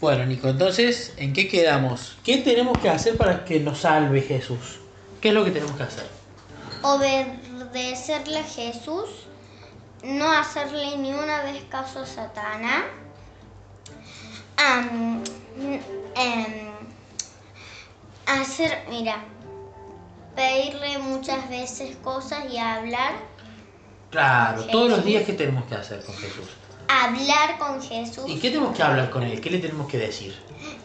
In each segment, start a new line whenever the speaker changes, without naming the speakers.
Bueno, Nico, entonces, ¿en qué quedamos?
¿Qué tenemos que hacer para que nos salve Jesús? ¿Qué es lo que tenemos que hacer?
Obedecerle a Jesús, no hacerle ni una vez caso a Satanás. Am, em, hacer, mira, pedirle muchas veces cosas y hablar,
Claro, todos los días, ¿qué tenemos que hacer con Jesús?
hablar con Jesús.
¿Y qué tenemos que hablar con él? ¿Qué le tenemos que decir?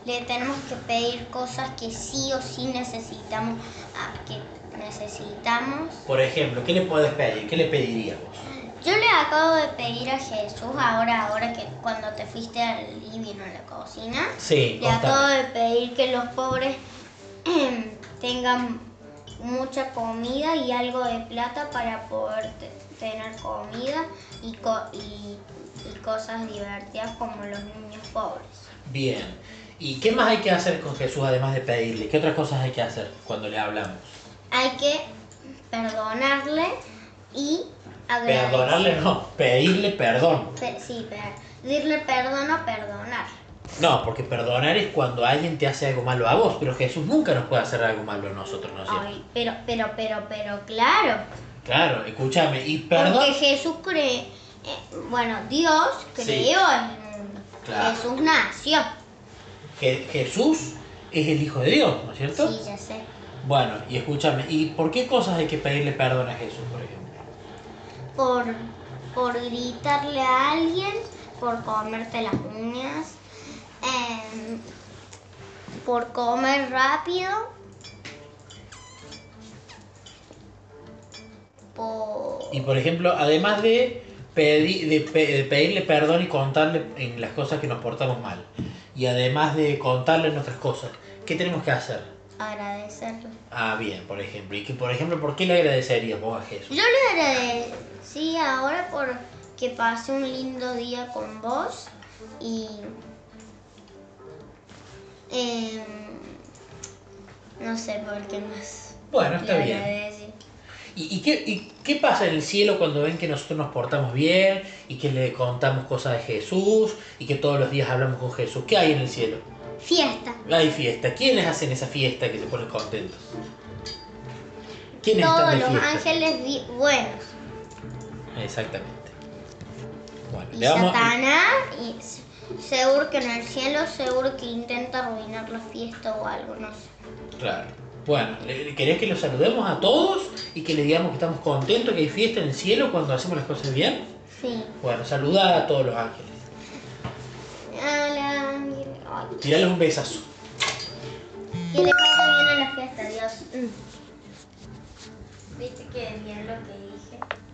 Le tenemos que pedir cosas que sí o sí necesitamos, ah, que necesitamos.
Por ejemplo, ¿qué le puedes pedir? ¿Qué le pediríamos?
Yo le acabo de pedir a Jesús ahora, ahora que cuando te fuiste al living o a la cocina,
Sí,
le acabo
contame.
de pedir que los pobres em, tengan mucha comida y algo de plata para poder te- tener comida y, co- y- y cosas divertidas como los niños pobres.
Bien. ¿Y qué más hay que hacer con Jesús además de pedirle? ¿Qué otras cosas hay que hacer cuando le hablamos?
Hay que perdonarle y agradecer.
Perdonarle no, pedirle perdón.
Pe- sí, pedirle perdón o perdonar.
No, porque perdonar es cuando alguien te hace algo malo a vos, pero Jesús nunca nos puede hacer algo malo a nosotros, ¿no es cierto?
Ay, pero, pero, pero, pero, claro.
Claro, escúchame, y
Porque
perdón.
Jesús cree, eh, bueno, Dios
Sí.
creó el mundo.
Claro.
Jesús nació.
Je- Jesús es el Hijo de Dios, ¿no es cierto?
Sí, ya sé.
Bueno, y escúchame, ¿y por qué cosas hay que pedirle perdón a Jesús, por ejemplo?
Por, por gritarle a alguien, por comerte las uñas, em, por comer rápido, por...
Y por ejemplo, además de, pedi- de pe- de pedirle perdón y contarle en las cosas que nos portamos mal, y además de contarle nuestras cosas, ¿qué tenemos que hacer?
agradecerle.
Ah, bien, por ejemplo. Y que, por ejemplo, ¿por qué le agradecerías vos a Jesús?
Yo le agradecí ahora por que pasé un lindo día con vos y em, no sé por qué más.
Bueno, está
le
bien.
agradecí.
¿Y, y qué, y qué pasa en el cielo cuando ven que nosotros nos portamos bien y que le contamos cosas de Jesús y que todos los días hablamos con Jesús? ¿Qué hay en el cielo?
Fiesta.
Hay fiesta. ¿Quiénes hacen esa fiesta que se ponen contentos? ¿Quiénes
Todos
están de
los
fiesta?
ángeles vi- buenos.
Exactamente. Bueno,
Y
le vamos,
Satanás, y se- seguro que en el cielo, seguro que intenta arruinar la fiesta o algo, no sé.
Claro. Bueno, le- le- ¿querés que los saludemos a todos y que le digamos que estamos contentos, que hay fiesta en el cielo cuando hacemos las cosas bien?
Sí.
Bueno, saludá a todos los ángeles.
Hola, ángel. Ay,
Tirales un besazo.
Que le vaya bien a la fiesta, Dios. ¿Viste que bien lo que dije?